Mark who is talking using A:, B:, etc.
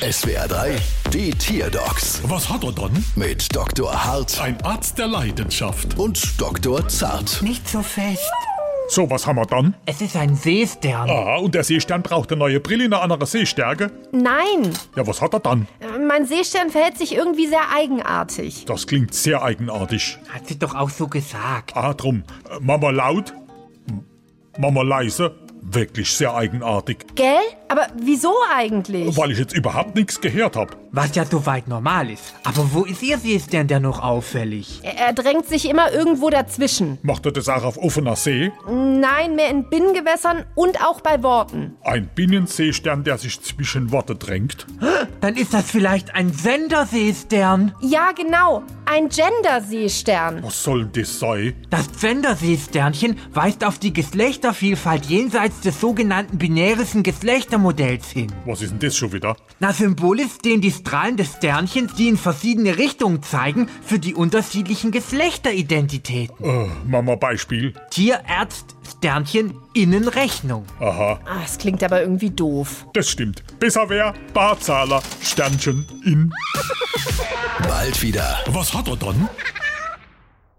A: SWR 3, die Tierdocs
B: Was hat er dann?
A: mit Dr. Hart
B: Ein Arzt der Leidenschaft.
A: und Dr. Zart.
C: Nicht so fest.
B: So, was haben wir dann?
C: Es ist ein Seestern.
B: Ah, und der Seestern braucht eine neue Brille in einer anderen Sehstärke.
D: Nein,
B: Ja, was hat er dann?
D: mein Seestern verhält sich irgendwie sehr eigenartig.
B: Das klingt sehr eigenartig.
C: Hat sie doch auch so gesagt.
B: Ah, drum. Äh, Mama laut, M- Mama leise. Wirklich sehr eigenartig.
D: Gell? Aber wieso eigentlich?
B: Weil ich jetzt überhaupt nichts gehört habe.
C: Was ja soweit normal ist. Aber wo ist ihr Seestern denn noch auffällig?
D: Er, er drängt sich immer irgendwo dazwischen.
B: Macht er das auch auf offener See?
D: Nein, mehr in Binnengewässern und auch bei Worten.
B: Ein Binnenseestern, der sich zwischen Worte drängt?
C: Dann ist das vielleicht ein Senderseestern.
D: Ja, genau. Ein Gender-Seestern.
B: Was soll das sein?
C: Das Senderseesternchen weist auf die Geschlechtervielfalt jenseits des sogenannten binärischen Geschlechtermodells hin.
B: Was ist denn das schon wieder?
C: Na, symbolisch stehen die Strahlen des Sternchens, die in verschiedene Richtungen zeigen, für die unterschiedlichen Geschlechteridentitäten.
B: Äh, Mama Beispiel.
C: Tierärzt Sternchen Innenrechnung.
B: Aha,
D: Ah, es klingt aber irgendwie doof.
B: das stimmt. Besser wär Barzahler, Sternchen in.
A: Bald wieder.
B: Was hat er dann?